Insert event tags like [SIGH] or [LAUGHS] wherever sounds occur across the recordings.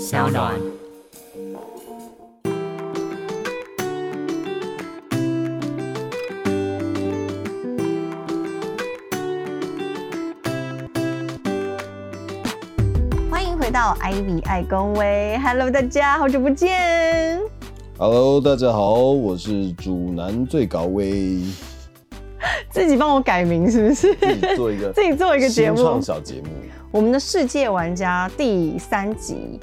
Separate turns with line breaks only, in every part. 小暖。
欢迎回到 Ivy 爱公威，Hello 大家，好久不见。
Hello，大家好，我是主男最高位，
自己帮我改名是不是？
自己做一个
[LAUGHS] 自己做一个节目
新创小节目，
我们的世界玩家第三集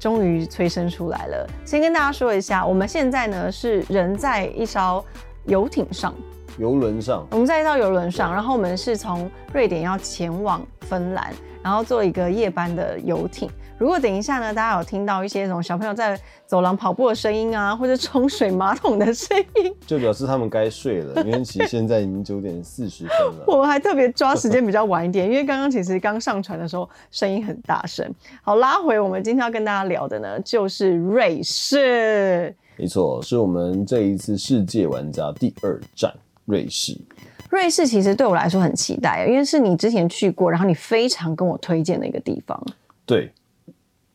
终于催生出来了。先跟大家说一下，我们现在呢是人在一艘游艇上，
游轮上
我们在一艘游轮上，然后我们是从瑞典要前往芬兰，然后做一个夜班的游艇。如果等一下呢，大家有听到一些那种小朋友在走廊跑步的声音啊，或者冲水马桶的声音，
就表示他们该睡了，因为其实现在已经九点四十分了。
[LAUGHS] 我们还特别抓时间比较晚一点，因为刚刚其实刚上传的时候声音很大声。好，拉回我们今天要跟大家聊的呢，就是瑞士。
没错，是我们这一次世界玩家第二站瑞士。
瑞士其实对我来说很期待，因为是你之前去过，然后你非常跟我推荐的一个地方。
对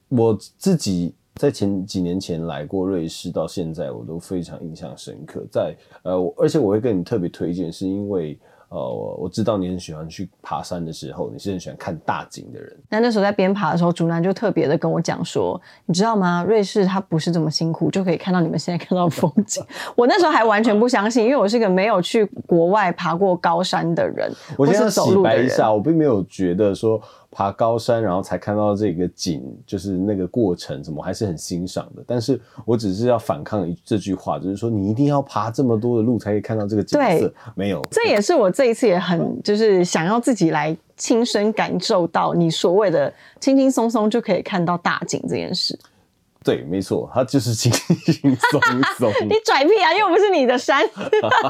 我自己在前几年前来过瑞士，到现在我都非常印象深刻。在呃，我而且我会跟你特别推荐，是因为呃，我我知道你很喜欢去爬山的时候，你是很喜欢看大景的人。
那那时候在边爬的时候，竹南就特别的跟我讲说，你知道吗？瑞士它不是这么辛苦就可以看到你们现在看到的风景。 [LAUGHS] 我那时候还完全不相信，因为我是个没有去国外爬过高山的人，
我先
是
要
走
洗
路的
白一
人。
下，我并没有觉得说爬高山然后才看到这个景，就是那个过程什么，我还是很欣赏的。但是我只是要反抗一这句话，就是说你一定要爬这么多的路才可以看到这个景色
对，
没有。
这也是我这一次也很就是想要自己来亲身感受到你所谓的轻轻松松就可以看到大景这件事。
对，没错，它就是 [LAUGHS] 轻轻松松，
你拽屁啊，又不是你的山。 [LAUGHS]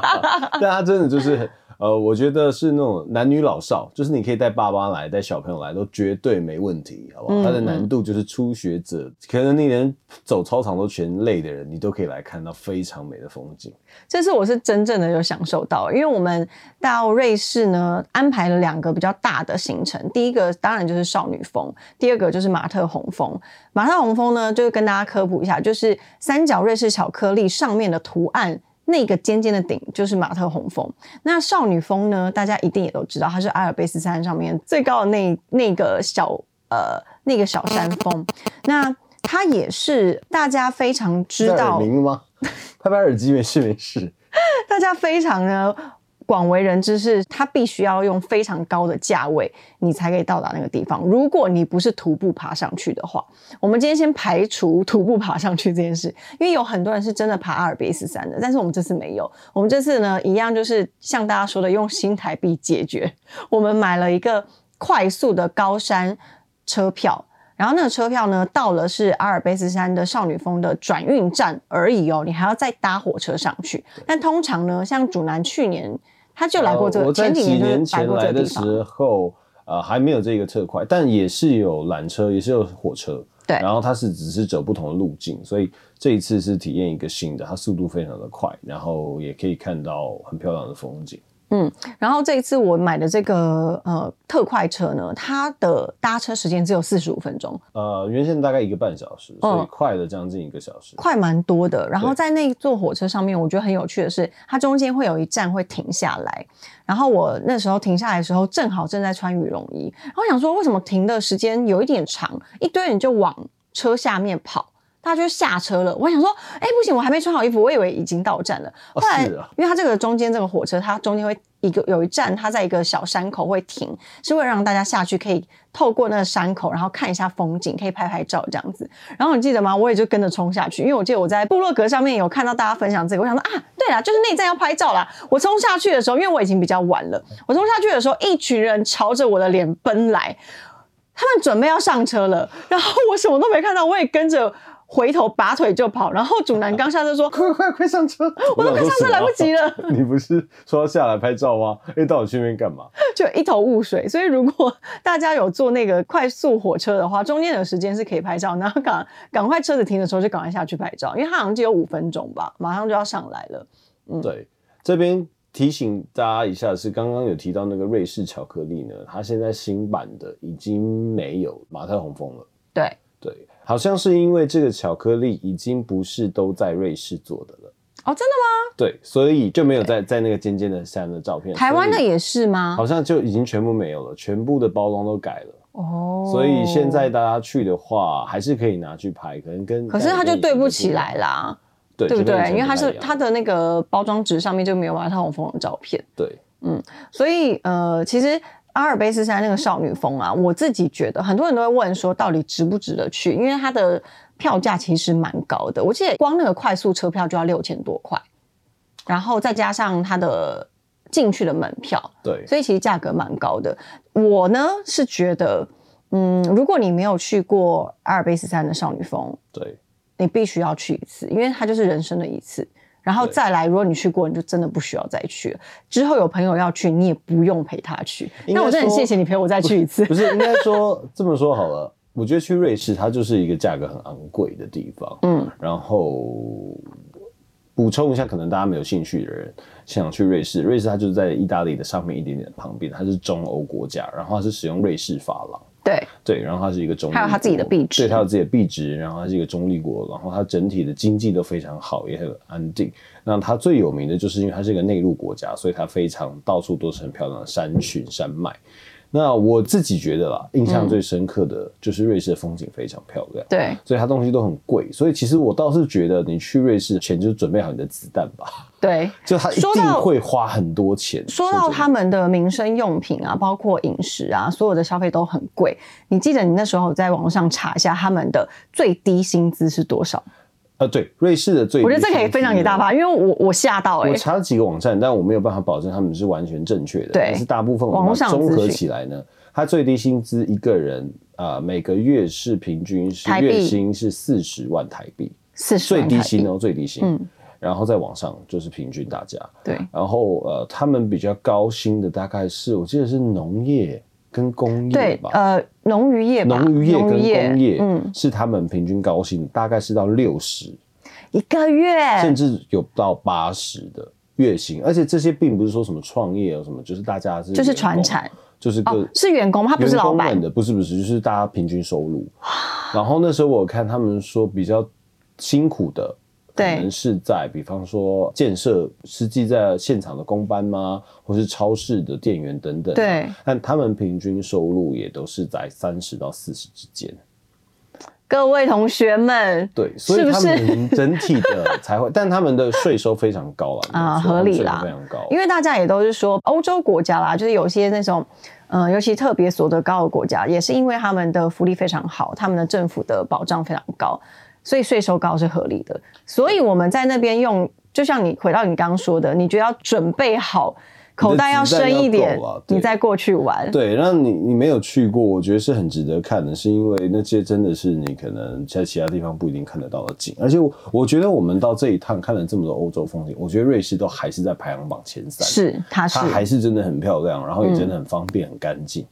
但它真的就是很。呃，我觉得是那种男女老少，就是你可以带爸妈来，带小朋友来，都绝对没问题，好不好？
嗯
它的难度就是初学者，可能你连走操场都嫌累的人，你都可以来看到非常美的风景。
这次我是真正的有享受到，因为我们到瑞士呢，安排了两个比较大的行程。第一个当然就是少女峰，第二个就是马特洪峰。马特洪峰呢，就是跟大家科普一下，就是三角瑞士巧克力上面的图案。那个尖尖的顶就是马特洪峰，那少女峰呢？大家一定也都知道，它是阿尔卑斯山上面最高的那那个小呃那个小山峰。那它也是大家非常知
戴
道
耳鸣吗？ [LAUGHS] 拍拍耳机，没事没事。
大家非常呢广为人知是，它必须要用非常高的价位，你才可以到达那个地方。如果你不是徒步爬上去的话，我们今天先排除徒步爬上去这件事，因为有很多人是真的爬阿尔卑斯山的，但是我们这次没有。我们这次呢，一样就是像大家说的，用新台币解决。我们买了一个快速的高山车票，然后那个车票呢，到了是阿尔卑斯山的少女峰的转运站而已哦，你还要再搭火车上去。但通常呢，像主南去年他就来过这
呃
个，
我在
前几
几
年
年
就是来
前
过
来
这个
的
地
时
方。
候，呃，还没有这个特快，但也是有缆车，也是有火车。
对
然后它是只是走不同的路径，所以这一次是体验一个新的，它速度非常的快，然后也可以看到很漂亮的风景。
然后这一次我买的这个呃特快车呢，它的搭车时间只有四十五分钟，
呃，原先大概一个半小时，所以
嗯
快了将近一个小
[LAUGHS]
时。
快蛮多的。然后
对
在那坐火车上面，我觉得很有趣的是，它中间会有一站会停下来。然后我那时候停下来的时候，正好正在穿羽绒衣，然后我想说为什么停的时间有一点长，一堆人就往车下面跑。大家就下车了，我想说，哎、不行，我还没穿好衣服，我以为已经到站了。
哦
后来，
是啊。
因为它这个中间这个火车，它中间会一个有一站，它在一个小山口会停，是会让大家下去可以透过那个山口，然后看一下风景，可以拍拍照这样子。然后你记得吗？我也就跟着冲下去，因为我记得我在部落格上面有看到大家分享这个，我想说啊，对啦，就是内站要拍照啦。我冲下去的时候，因为我已经比较晚了，我冲下去的时候，一群人朝着我的脸奔来，他们准备要上车了，然后我什么都没看到，我也跟着回头拔腿就跑。然后主男刚下车说
快快快上车！
我都快上车
啊
来不及
了。
了，
[LAUGHS] 你不是说要下来拍照吗？哎，到底去那边干嘛？
就一头雾水。所以如果大家有坐那个快速火车的话，中间有时间是可以拍照，然后赶赶快车子停的时候就赶快下去拍照，因为它好像只有五分钟吧，马上就要上来了。
对，这边提醒大家一下，是刚刚有提到那个瑞士巧克力呢，它现在新版的已经没有马特洪峰了。
对，
对，好像是因为这个巧克力已经不是都在瑞士做的了，
哦，真的
对，所以就没有在在那个尖尖的山的照片。
吗？台湾
所
的
以
也是吗？
好像就已经全部没有了，全部的包装都改了。
哦，
所以现在大家去的话，还是可以拿去拍，可能跟
可是它
跟
就
以前
对不
的
起
一样
来，啦，
对
对不
就跟以
对？
前
因为它
不太
是
一样
它的那个包装纸上面就没有马特洪峰的照片。
对
所以呃，其实阿尔卑斯山那个少女峰啊，我自己觉得很多人都会问说，到底值不值得去？因为它的票价其实蛮高的，我记得光那个快速车票就要六千多块，然后再加上它的进去的门票，
对
所以其实价格蛮高的。我呢是觉得，嗯，如果你没有去过阿尔卑斯山的少女峰，
对
你必须要去一次，因为它就是人生的一次。然后
对
再来，如果你去过，你就真的不需要再去了。之后有朋友要去，你也不用陪他去。
应该
那我真的很
说
谢谢你陪我再去一次
不。是应该说这么说好了。我觉得去瑞士，它就是一个价格很昂贵的地方。
嗯，
然后补充一下，可能大家没有兴趣的人想去瑞士，瑞士它就是在意大利的上面一点点旁边，它是中欧国家，然后它是使用瑞士法郎。
对，
对，然后它是一个中立国，
还有它自己的币值
对，它有自己的币值，然后它是一个中立国，然后它整体的经济都非常好，也很安定。那它最有名的就是因为它是一个内陆国家，所以它非常到处都是很漂亮的山群山脉。那我自己觉得啦，印
嗯
象最深刻的就是瑞士的风景非常漂亮，
对
所以它东西都很贵，所以其实我倒是觉得你去瑞士前就准备好你的子弹吧，
对。
就它一
说
定
到
会花很多钱。
说到
真的
他们的民生用品啊，包括饮食啊，所有的消费都很贵。你记得你那时候在网络上查一下他们的最低薪资是多少？
呃，对，瑞士的最
我觉得这
低
可以
薪
分享
资
给大
呢
家，因为我我吓到哎、
我
欸，
查了几个网站，但我没有办法保证他们是完全正确的。
对
但是大部分我
网络
们
上的
综
资
合
讯
起来呢，它最低薪资一个人啊、呃每个月是平均是
台币
月薪是四十万台币，
四十
最低薪
哦，
哦，最低薪。
嗯
然后再往上就是平均大家，
对，
然后呃，他们比较高薪的大概是我记得是农业跟工业
对，
吧，
呃，农渔业吧，
农渔业跟工业
嗯，
是他们平均高薪，大概是到六十，
一个月，
甚至有到八十的月薪，而且这些并不是说什么创业啊有什么，就是大家是
就是
员工
传，产
就是个、
哦，是员工，他不是老
员工
板啊
们，的，不是不是，就是大家平均收入。然后那时候我看他们说比较辛苦的。可
对
能是在，比方说建设实际在现场的工班吗，或是超市的店员等等。
对，
但他们平均收入也都是在三十到四十之间。
各位同学们，
对，所以
是不
他
是
们 [LAUGHS] 整体的才会，但他们的税收非常高了
[LAUGHS] 啊合理啦
非常高。
因为大家也都是说欧洲国家啦，就是有些那种，呃，尤其特别所得高的国家，也是因为他们的福利非常好，他们的政府的保障非常高，所以税收高是合理的。所以我们在那边用，就像你回到你刚刚说的，你就要准备好口袋要深一
你的
点
子弹要够啊啦，对
你再过去玩。
对，那你你没有去过，我觉得是很值得看的，是因为那些真的是你可能在其他地方不一定看得到的景，而且我我觉得我们到这一趟看了这么多欧洲风景，我觉得瑞士都还是在排行榜前三，
是，他是嗯
它还是真的很漂亮，然后也真的很方便、很干净。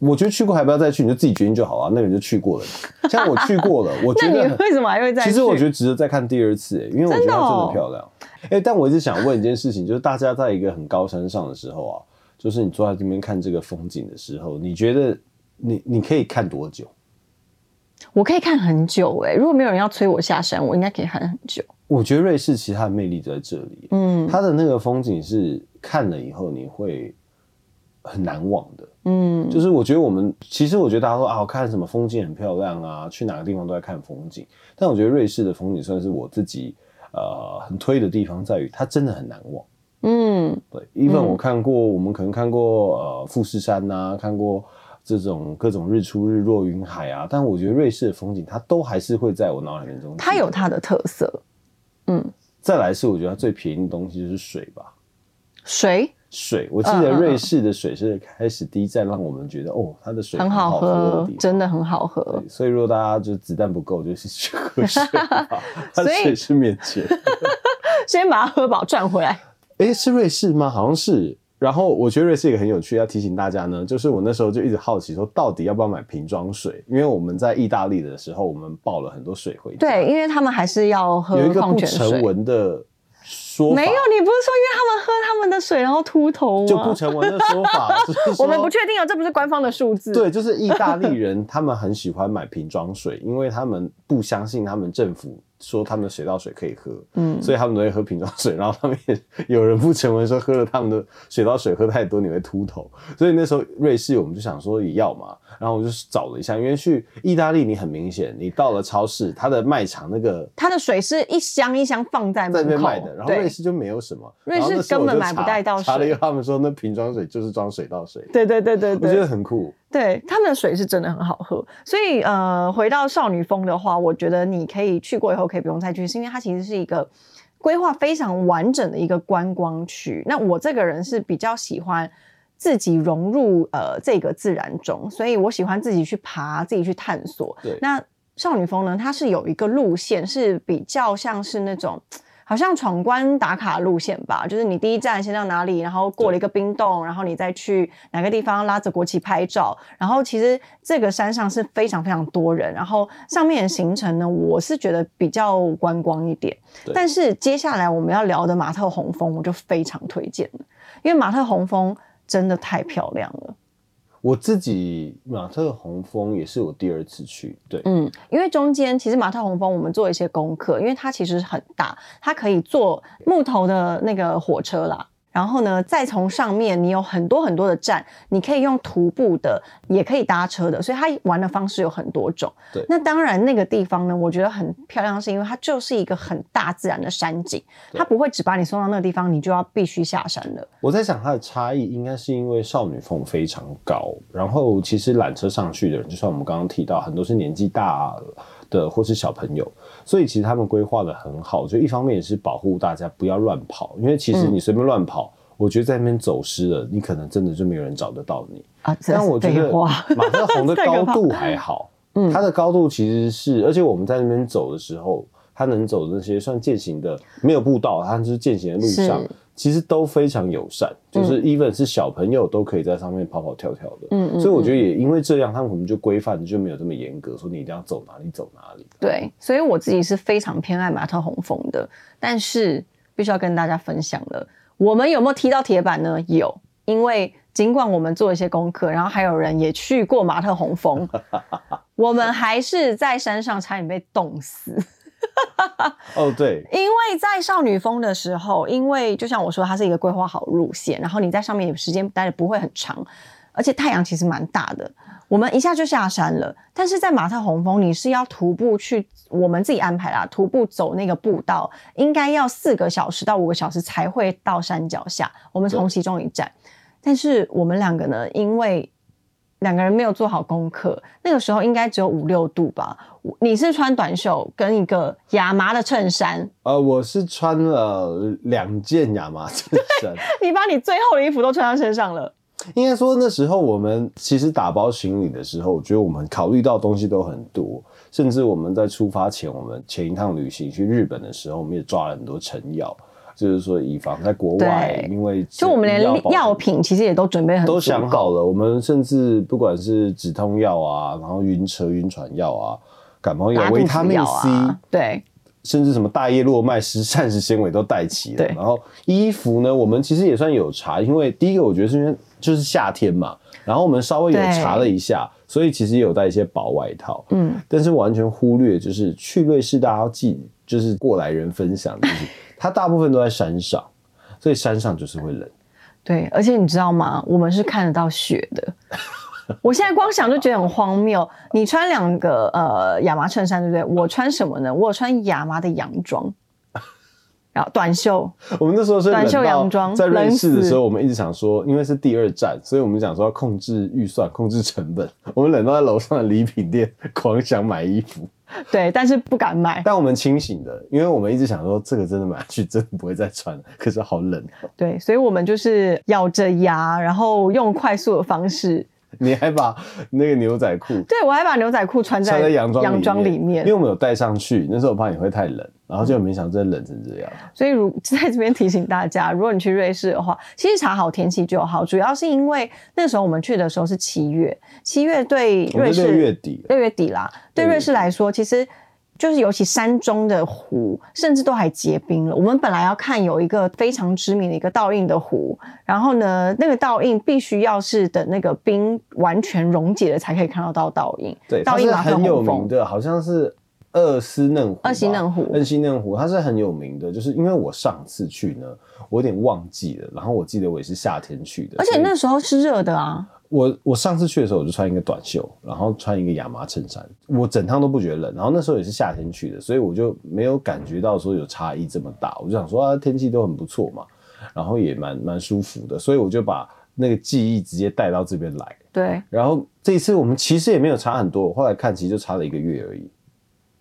我觉得去过还不要再去，你就自己决定就好了。那个人就去过了，像我去过了，我
[LAUGHS] 那
觉
你
得很
为什么还会再去？
其实我觉得值得再看第二次、欸，因为我觉得它
真的
真
哦
的漂亮。哎、但我一直想问一件事情，就是大家在一个很高山上的时候啊，就是你坐在这边看这个风景的时候，你觉得你你可以看多久？
我可以看很久哎、如果没有人要催我下山，我应该可以看很久。
我觉得瑞士其实它的魅力就在这里、
嗯
它的那个风景是看了以后你会很难忘的。
嗯，
就是我觉得我们其实我觉得大家说啊，我看什么风景很漂亮啊，去哪个地方都在看风景。但我觉得瑞士的风景算是我自己呃很推的地方，在于它真的很难忘。
嗯，
对，even 我看过，我们可能看过呃富士山呐、看过这种各种日出日落、云海啊，但我觉得瑞士的风景它都还是会在我脑海中。
它有。它的特色。
再来是我觉得它最便宜的东西就是水吧，
水
水。我记
嗯
得
嗯嗯
瑞士的水是开始第一站让我们觉得哦，它的水
很好
喝
喝，真的很好
的
喝。
对，所以如果大家就子弹不够，就是去 [LAUGHS] 喝水
[LAUGHS]
吧，它
所以
水是免钱。
先把它喝饱赚回
[LAUGHS]
来。
诶，是瑞士吗？好像是。然后我觉得瑞士一个很有趣，要提醒大家呢，就是我那时候就一直好奇说，到底要不要买瓶装水？因为我们在意大利的时候，我们抱了很多水回家。
对，因为他们还是要喝
有一个
矿
不
泉
成
水。
文的说法，
没有，你不是说因为他们喝他们的水然后秃头吗？
就不成文的说
[LAUGHS]
法。就是说
我们不确定啊，这不是官方的数字。
对，就是意大利人，他们很喜欢买瓶装水，因为他们不相信他们政府说他们的水稻水可以喝，
嗯
所以他们都会喝瓶装水。然后他们也有人不成文说喝了他们的水稻水喝太多你会秃头， [LAUGHS] 所以那时候瑞士我们就想说也要嘛，然后我就找了一下，因为去意大利你很明显，你到了超市，它的卖场那个
它的水是一箱一箱放在门
在那
口
边卖的，然后
对
瑞士就没有什么，
瑞士
然后那时候我
根
就
本买不
查
带到
查了
水
以后他们说那瓶装水就是装水稻水，
对对对对
我觉得
对，
很酷。
对他们的水是真的很好喝，所以呃，回到少女峰的话，我觉得你可以去过以后可以不用再去，是因为它其实是一个规划非常完整的一个观光区。那我这个人是比较喜欢自己融入呃这个自然中，所以我喜欢自己去爬，自己去探索。
对
那少女峰呢，它是有一个路线是比较像是那种。好像闯关打卡路线吧，就是你第一站先到哪里，然后过了一个冰洞，然后你再去哪个地方拉着国旗拍照。然后其实这个山上是非常非常多人，然后上面的行程呢，我是觉得比较观光一点
对。
但是接下来我们要聊的马特洪峰，我就非常推荐了因为马特洪峰真的太漂亮了。
我自己马特洪峰也是我第二次去，对，
嗯，因为中间其实马特洪峰我们做一些功课，因为它其实很大，它可以坐木头的那个火车啦。然后呢，再从上面你有很多很多的站，你可以用徒步的，也可以搭车的，所以它玩的方式有很多种。
对
那当然那个地方呢，我觉得很漂亮，是因为它就是一个很大自然的山景，
对
它不会只把你送到那个地方，你就要必须下山了。
我在想它的差异应该是因为少女峰非常高，然后其实缆车上去的人，就像我们刚刚提到，很多是年纪大啊的或是小朋友，所以其实他们规划的很好，就一方面也是保护大家不要乱跑，因为其实你随便乱跑，我觉得在那边走失了，你可能真的就没有人找得到你。
啊，这
但我觉
废
得
话，
马特
[LAUGHS]
洪的
太可
高
怕
度还好，
嗯
它的高度其实是，而且我们在那边走的时候，它能走的那些算践行的，没有步道，它就是践行的路上
是，嗯
其实都非常友善，就是 even 是小朋友都可以在上面跑跑跳跳的。
嗯嗯
所以我觉得也因为这样，他们可能就规范就没有这么严格，说你一定要走哪里走哪里。
对，所以我自己是非常偏爱马特洪峰的，但是必须要跟大家分享了，我们有没有踢到铁板呢？有，因为尽管我们做一些功课，然后还有人也去过马特洪峰，我们还是在山上差点被冻死。
哦，对，
因为在少女峰的时候，因为就像我说，它是一个规划好路线，然后你在上面时间待的不会很长，而且太阳其实蛮大的，我们一下就下山了。但是在马特洪峰，你是要徒步去，我们自己安排啦，徒步走那个步道，应该要四个小时到五个小时才会到山脚下。我们从
对
其中一站，但是我们两个呢，因为两个人没有做好功课，那个时候应该只有五六度吧。我你是穿短袖跟一个亚麻的衬衫，
呃，我是穿了两件亚麻衬衫，
你把你最厚的衣服都穿到身上了。
应该说那时候我们其实打包行李的时候，我觉得我们考虑到东西都很多，甚至我们在出发前，我们前一趟旅行去日本的时候，我们也抓了很多成药，就是说以防在国外
对
因为
就我们连
保存
药品其实也都准备很
都
足
想好了，我们甚至不管是止痛药啊，然后晕车、晕船药啊，感冒
拉
药、
肚
维
子
他命
药
C，、
啊，对，
甚至什么大叶落麦丝、膳食纤维都带齐了。
对
然后衣服呢，我们其实也算有查，因为第一个我觉得是因为就是夏天嘛，然后我们稍微有
对
查了一下，所以其实也有带一些薄外套，
嗯，
但是完全忽略就是去瑞士大家要记，就是过来人分享，就是
[LAUGHS]
它大部分都在山上，所以山上就是会冷。
对，而且你知道吗？我们是看得到雪
[LAUGHS]
的。我现在光想就觉得很荒谬。你穿两个呃亚麻衬衫，对不对？我穿什么呢？我有穿亚麻的洋装，然后短袖，
我们那时候是冷
短袖
到
洋装
在瑞士
冷
的
死
时候，我们一直想说，因为是第二站，所以我们想说要控制预算、控制成本。我们冷到在楼上的礼品店狂想买衣服，
对，但是不敢买。
但我们清醒的，因为我们一直想说这个真的买去 [LAUGHS] 真的不会再穿，可是好冷哦。
对，所以我们就是咬着牙，然后用快速的方式。
你还把那个牛仔裤
对我还把牛仔裤穿在
穿在洋装
洋装里面
面，
嗯
因为，我们有带上去，那时候我怕你会太冷，然后就没想到真的冷成这样。
所以如在这边提醒大家， [LAUGHS] 如果你去瑞士的话，其实查好天气就好。主要是因为那时候我们去的时候是七月，七月对
我们
瑞
是
士
哦六月底了，
六月底啦，对
六月
瑞士来说，其实就是尤其山中的湖，甚至都还结冰了。我们本来要看有一个非常知名的一个倒映的湖，然后呢，那个倒映必须要是等那个冰完全溶解了才可以看到到倒映。
对，它
倒映
是
马克
很有
洪
名
峰。
的，好像是二斯嫩湖吧。
二西嫩湖
二西嫩湖，它是很有名的，就是因为我上次去呢，我有点忘记了，然后我记得我也是夏天去的，
而且
所以
那时候是热的啊，
我我上次去的时候，我就穿一个短袖，然后穿一个亚麻衬衫，我整趟都不觉得冷。然后那时候也是夏天去的，所以我就没有感觉到说有差异这么大。我就想说啊，天气都很不错嘛，然后也蛮蛮舒服的，所以我就把那个记忆直接带到这边来。
对，
然后这一次我们其实也没有差很多，我后来看其实就差了一个月而已。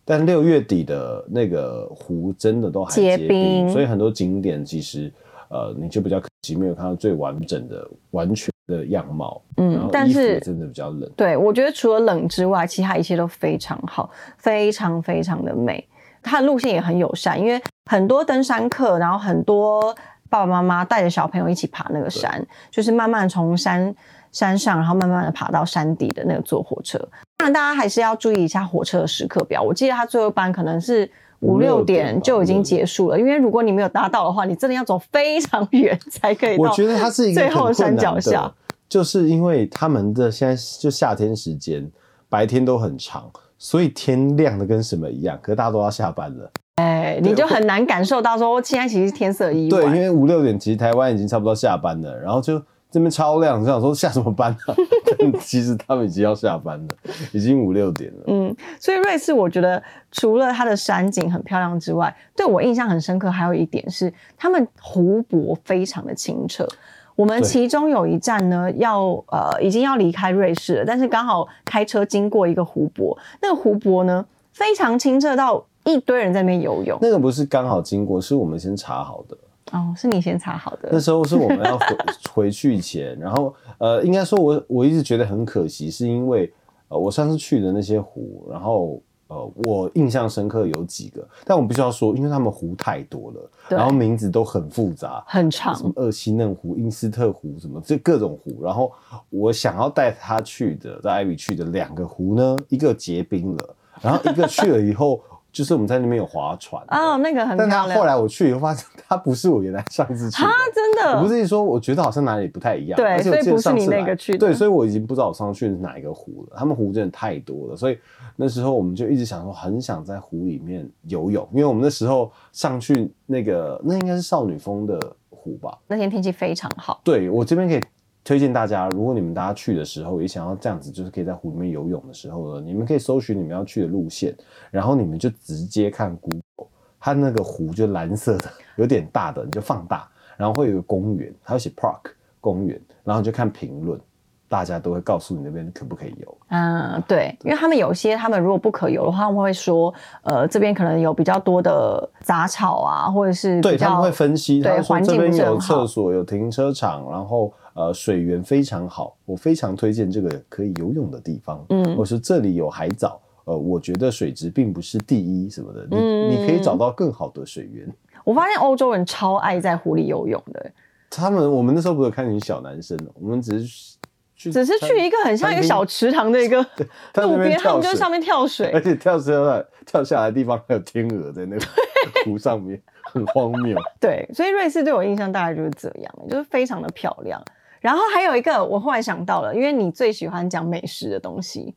但六月底的那个湖真的都还
结
结
冰
所以很多景点其实呃你就比较可惜没有看到最完整的、完全的样貌。然
嗯
后，
但
哦衣服也
是
真的比较冷。
对，我觉得除了冷之外，其他一切都非常好，非常非常的美。它的路线也很友善，因为很多登山客，然后很多爸爸妈妈带着小朋友一起爬那个山，就是慢慢从山山上，然后慢慢的爬到山底的那个坐火车。当然，大家还是要注意一下火车的时刻表。我记得它最后一班可能是。五
五六
六
点
点
吧
就已
五
经
六点
结束了，因为如果你没有搭到的话，你真的要走非常远才可以到。
我觉得它是一个
最
很
后的山
困难
脚
的
下，
就是因为他们的现在就夏天时间，白天都很长，所以天亮的跟什么一样，可是大家都要下班了。
哎，你就很难感受到说哦现在其实是天色已晚。
对，因为五六点其实台湾已经差不多下班了，然后就这边超亮，我想说下什么班啊？ [LAUGHS] 但其实他们已经要下班了，已经五六点了。
嗯，所以瑞士我觉得除了它的山景很漂亮之外，对我印象很深刻还有一点是他们湖泊非常的清澈。我们
对
其中有一站呢，要呃已经要离开瑞士了，但是刚好开车经过一个湖泊，那个湖泊呢非常清澈到一堆人在那边游泳。
那个不是刚好经过，是我们先查好的。
哦，是你先查好的
那。时候是我们
[LAUGHS]
要回回去前，然后呃，应该说我我一直觉得很可惜，是因为呃，我上次去的那些湖，然后呃，我印象深刻有几个，但我必须要说，因为他们湖太多了，
对
然后名字都很复杂，
很长
什么二西嫩湖、因斯特湖，什么这各种湖。然后我想要带他去的，带艾比去的两个湖呢，一个结冰了，然后一个去了以后，就是我们在那边有划船的
哦，那个很
但他
漂亮
后来我去以后发现，他不是我原来上次去的
啊。，真的。
我不是一说，我觉得好像哪里不太一样，
对
而且我
所以
记得
不是
上
你
次
那
来
个去的
对，所以我已经不知道我上次去的是哪一个湖了。他们湖真的太多了，所以那时候我们就一直想说，很想在湖里面游泳，因为我们那时候上去那个那应该是少女峰的湖吧？
那天天气非常好。
对我这边可以推荐大家，如果你们大家去的时候也想要这样子，就是可以在湖里面游泳的时候呢，你们可以搜寻你们要去的路线，然后你们就直接看 Google，它那个湖就蓝色的，有点大的，你就放大，然后会有个公园，它会写 park 公园，然后你就看评论，大家都会告诉你那边可不可以游。
嗯，对，因为他们有些他们如果不可游的话，他们会说，呃，这边可能有比较多的杂草啊，或者是
对
比较
他们会分析，
对
他说
环境
这
不
边
是
有
很好
厕。所、有停车场，然后呃水源非常好，我非常推荐这个可以游泳的地方。
嗯
我说这里有海藻，呃，我觉得水质并不是第一什么的，你、
嗯
你可以找到更好的水源。
我发现欧洲人超爱在湖里游泳的，
他们我们那时候不是有看你小男生，我们只是去
只是去一个很像一个小池塘的一个
在
路
那
边，
边
他
跳
们就在
水
上面跳水
而。且跳下来跳下来的地方还有天鹅在那个 [LAUGHS] 湖上面，很荒
[LAUGHS]
谬。
对，所以瑞士对我印象大概就是这样，就是非常的漂亮。然后还有一个，我忽然想到了，因为你最喜欢讲美食的东西，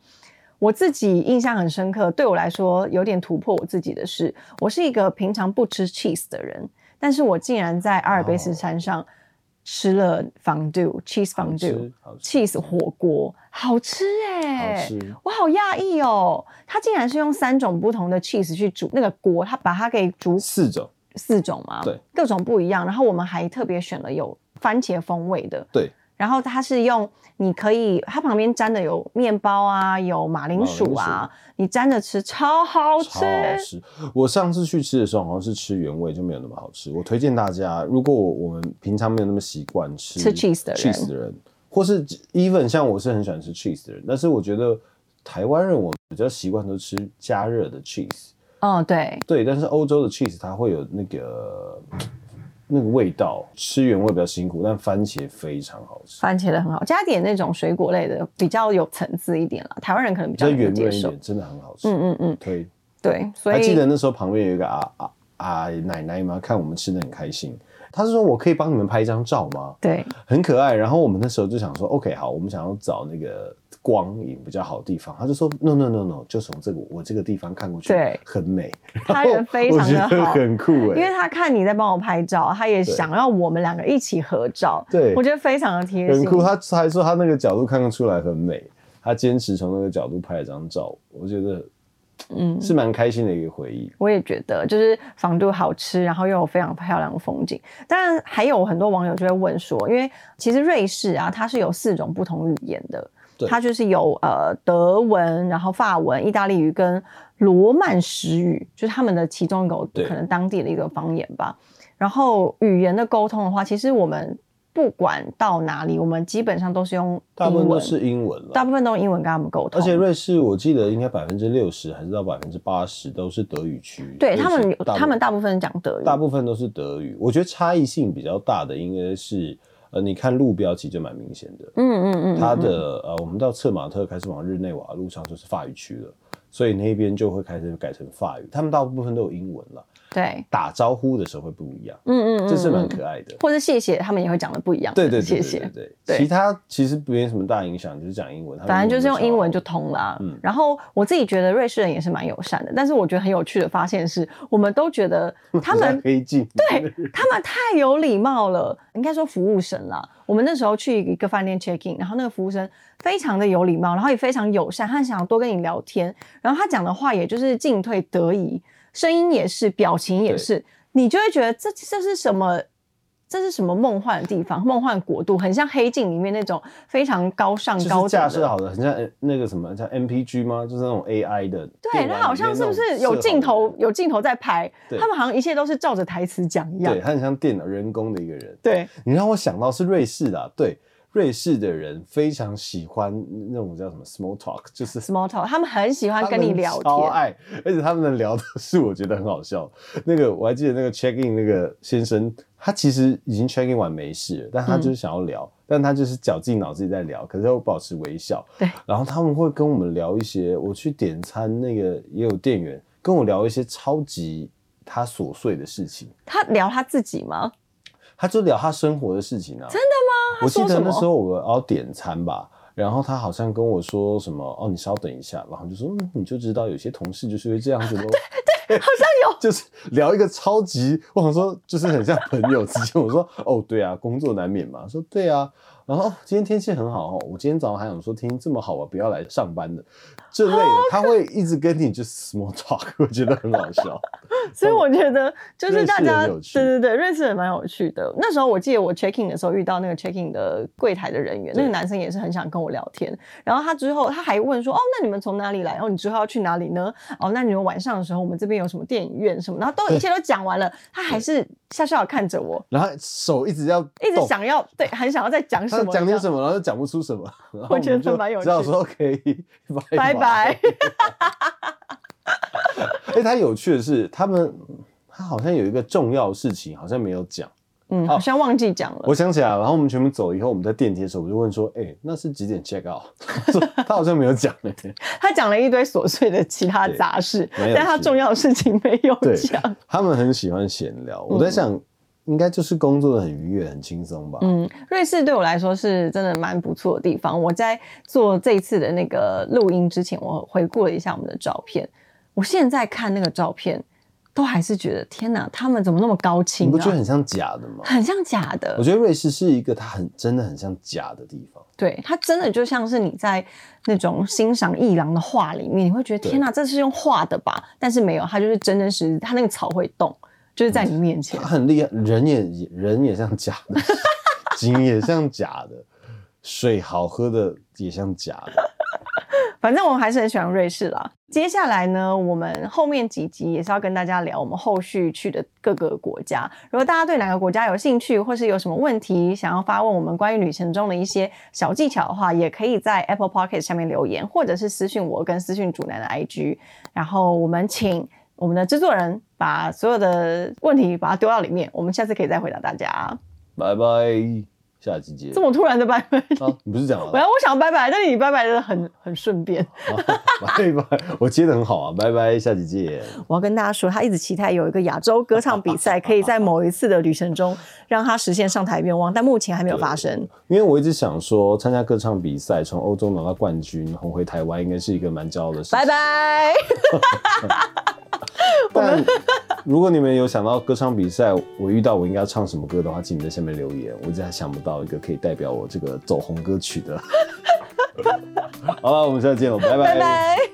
我自己印象很深刻。对我来说，有点突破我自己的是，我是一个平常不吃 cheese 的人，但是我竟然在阿尔
哦
卑斯山上吃了 fondue cheese
好
fondue
吃好吃
cheese 火锅，好吃哎、
好吃
我好讶异哦，它竟然是用三种不同的 cheese 去煮那个锅，它把它给煮
四种
四种嘛，
对，
各种不一样。然后我们还特别选了有番茄风味的，
对，
然后它是用你可以，它旁边沾的有面包啊，有马铃薯
马
啊，你沾着吃超好吃
超。好吃！我上次去吃的时候，好像是吃原味，就没有那么好吃。我推荐大家，如果我们平常没有那么习惯吃
吃 cheese 的人
cheese 的人，或是 even 像我是很喜欢吃 cheese 的人，但是我觉得台湾人我们比较习惯都吃加热的 cheese，
嗯，对，
对，但是欧洲的 cheese 它会有那个那个味道，吃原味比较辛苦，但番茄非常好吃，
番茄的很好，加点那种水果类的比较有层次一点啦。台湾人可能比
比
较
较
能
原
接
味一
受。
点，真的很好吃。
嗯嗯嗯，
推
对，所
还记
以
得那时候旁边有一个阿阿阿奶奶吗？看我们吃的很开心，她是说我可以帮你们拍一张照吗？ [LAUGHS]
对
很可爱。然后我们那时候就想说，OK，好，我们想要找那个光影比较好的地方。他就说，No No No No，就从这个我这个地方看过去，
对
很美。
[LAUGHS] 他人非常的
我觉得
好。
很酷
因为
哎、
他看你在帮我拍照，他也
对
想要我们两个一起合照，
对
我觉得非常的贴
很
心。
酷。他还说他那个角度看得出来很美，他坚持从那个角度拍了张照，我觉得
嗯，
是蛮开心的一个回忆。
我也觉得，就是仿度好吃，然后又有非常漂亮的风景。当然，还有很多网友就会问说，因为其实瑞士啊，它是有四种不同语言的
对，
它就是有呃德文，然后法文、意大利语跟罗曼史语，就是他们的其中一个
对
可能当地的一个方言吧。然后语言的沟通的话，其实我们不管到哪里，我们基本上都是用
大部分
英
都
文，
是英文了，
大部分都用英文跟他们沟通，
而且瑞士我记得应该百分之六十还是到百分之八十都是德语区。
对他们
瑞
有
士大部分
他们大部分讲德语，
大部分都是德语。我觉得差异性比较大的应该是，呃，你看路标其实就蛮明显的，
嗯嗯嗯，嗯
它
嗯
的呃，我们到策马特开始往日内瓦的路上就是法语区了，所以那边就会开始改成法语。他们大部分都有英文了，
对。
打招呼的时候会不一样，
嗯嗯嗯，
这是蛮
嗯
可爱的。
或者谢谢，他们也会讲的不一样的。
对对对
谢
对对
谢。
对
对
其他其实没什么大影响，就是讲英文。他们
反正就是用英文就
超好
通了、啊。
嗯
然后我自己觉得瑞士人也是蛮友善的，但是我觉得很有趣的发现是，我们都觉得他
人 [LAUGHS] 家
们
可以进
对他们太有礼貌了，应该说服务生啦。我们那时候去一个饭店 check in，然后那个服务生非常的有礼貌，然后也非常友善，他很想多跟你聊天，然后他讲的话也就是进退得宜，声音也是，表情也是，你就会觉得这这是什么？这是什么梦幻的地方？梦幻国度，很像《黑镜》里面那种非常高尚、
就
高
是架
等
设
的。
好的，很像呃那个什么，像 MPG 吗？就是那种 AI 的
对，
电玩里面那种设好
那好像
的。
是不是有镜头？有镜头在拍？
对
他们好像一切都是照着台词讲一样
对，。他很像电脑人工的一个人。
对，
你让我想到是瑞士的啊、对，瑞士的人非常喜欢那种叫什么 small talk，就是
small talk，他们很喜欢跟你聊
他们超
天。
爱，而且他们能聊的是我觉得很好笑。那个我还记得那个 check in 那个先生，他其实已经 check in 完没事了，但他就是想要聊，但他就是绞尽脑汁在聊，可是又保持微笑。
对，
然后他们会跟我们聊一些，我去点餐那个也有店员跟我聊一些超级他琐碎的事情。
他聊他自己吗？
他就聊他生活的事情啊。真的吗我记
他说
得
什么
那时候我要点餐吧，然后他好像跟我说什么哦，你稍等一下，然后就说嗯，你就知道有些同事就是会这样子喽。
好像
[LAUGHS]
有。
就是聊一个超级，我想说就是很像朋友之间。我说哦，对啊，工作难免嘛。他说对啊，然后哦今天天气很好哦，我今天早上还想说天气这么好啊，不要来上班的这类的，他会一直跟你就是 small talk，我觉得很好笑。
所以我觉得就是大
瑞士
家
很有
对
趣
对对，瑞士人蛮有趣的。那时候我记得我 check in 的时候遇到那个 check in 的柜台的人员，
对
那个男生也是很想跟我聊天。然后他之后他还问说：“哦，那你们从哪里来？然后你之后要去哪里呢？哦，那你们晚上的时候我们这边有什么电影院什么？”然后都一切都讲完了，他还是笑笑地看着我，
然后手一直要
一直
动
想要对，很想要再讲什
他
么。
讲点
么？
什么，然后又讲不
[LAUGHS]
出什么，然后
我觉得
们就
蛮有趣
只好说
[LAUGHS]
可以，
拜
拜 [LAUGHS]
拜。。
哎，他有趣的是，他们他好像有一个重要事情，好像没有讲。
嗯，好像忘记讲了。
我想起来了，然后我们全部走以后，我们在电梯的时候，我就问说：“哎、那是几点 check out？” [LAUGHS] 他说他好像没有讲、欸，
他讲了一堆琐碎的其他杂事，
没有
但他
事
重要的事情没有
对
讲。嗯
他们很喜欢闲聊。我在想，应该就是工作的很愉悦、很轻松吧。
嗯，瑞士对我来说是真的蛮不错的地方。我在做这一次的那个录音之前，我回顾了一下我们的照片。我现在看那个照片，都还是觉得天哪，他们怎么那么高清
你
啊？
不觉得很像假的吗？
很像假
我
的？
觉得瑞士是一个它很真的很像假的地方。
对，它真的就像是你在那种欣赏艺廊的画里面，你会觉得
对
天哪，这是用画的吧？但是没有，它就是真真实实，它那个草会动，就是在你面前
他。很厉害，人也人也像假的， [LAUGHS] 景也像假的，水好喝的也像假的。
反正我们还是很喜欢瑞士啦。接下来呢，我们后面几集也是要跟大家聊我们后续去的各个国家。如果大家对哪个国家有兴趣，或是有什么问题想要发问我们关于旅程中的一些小技巧的话，也可以在 Apple p o c k e t 下面留言，或者是私信我跟私信主男的 IG。然后我们请我们的制作人把所有的问题把它丢到里面，我们下次可以再回答大家。
拜拜，下集见
这。么突然的拜拜， [LAUGHS]
啊，你不是讲完
我
了？
要我想拜拜，但是你拜拜的很很顺便。
拜拜，我接的很好啊，拜拜，下集见。
我要跟大家说，他一直期待有一个亚洲歌唱比
[LAUGHS]
赛，可以在某一次的旅程中让他实现上台愿望，但目前还没有发生。
因为我一直想说，参加歌唱比赛，从欧洲拿到冠军，红回台湾，应该是一个蛮骄傲的事情。
拜拜。
但如果你们有想到歌唱比赛，我遇到我应该要唱什么歌的话，请你们在下面留言。我一直还想不到一个可以代 [LAUGHS] 表我这个走红歌曲的。好了，我们下次见了，拜
拜拜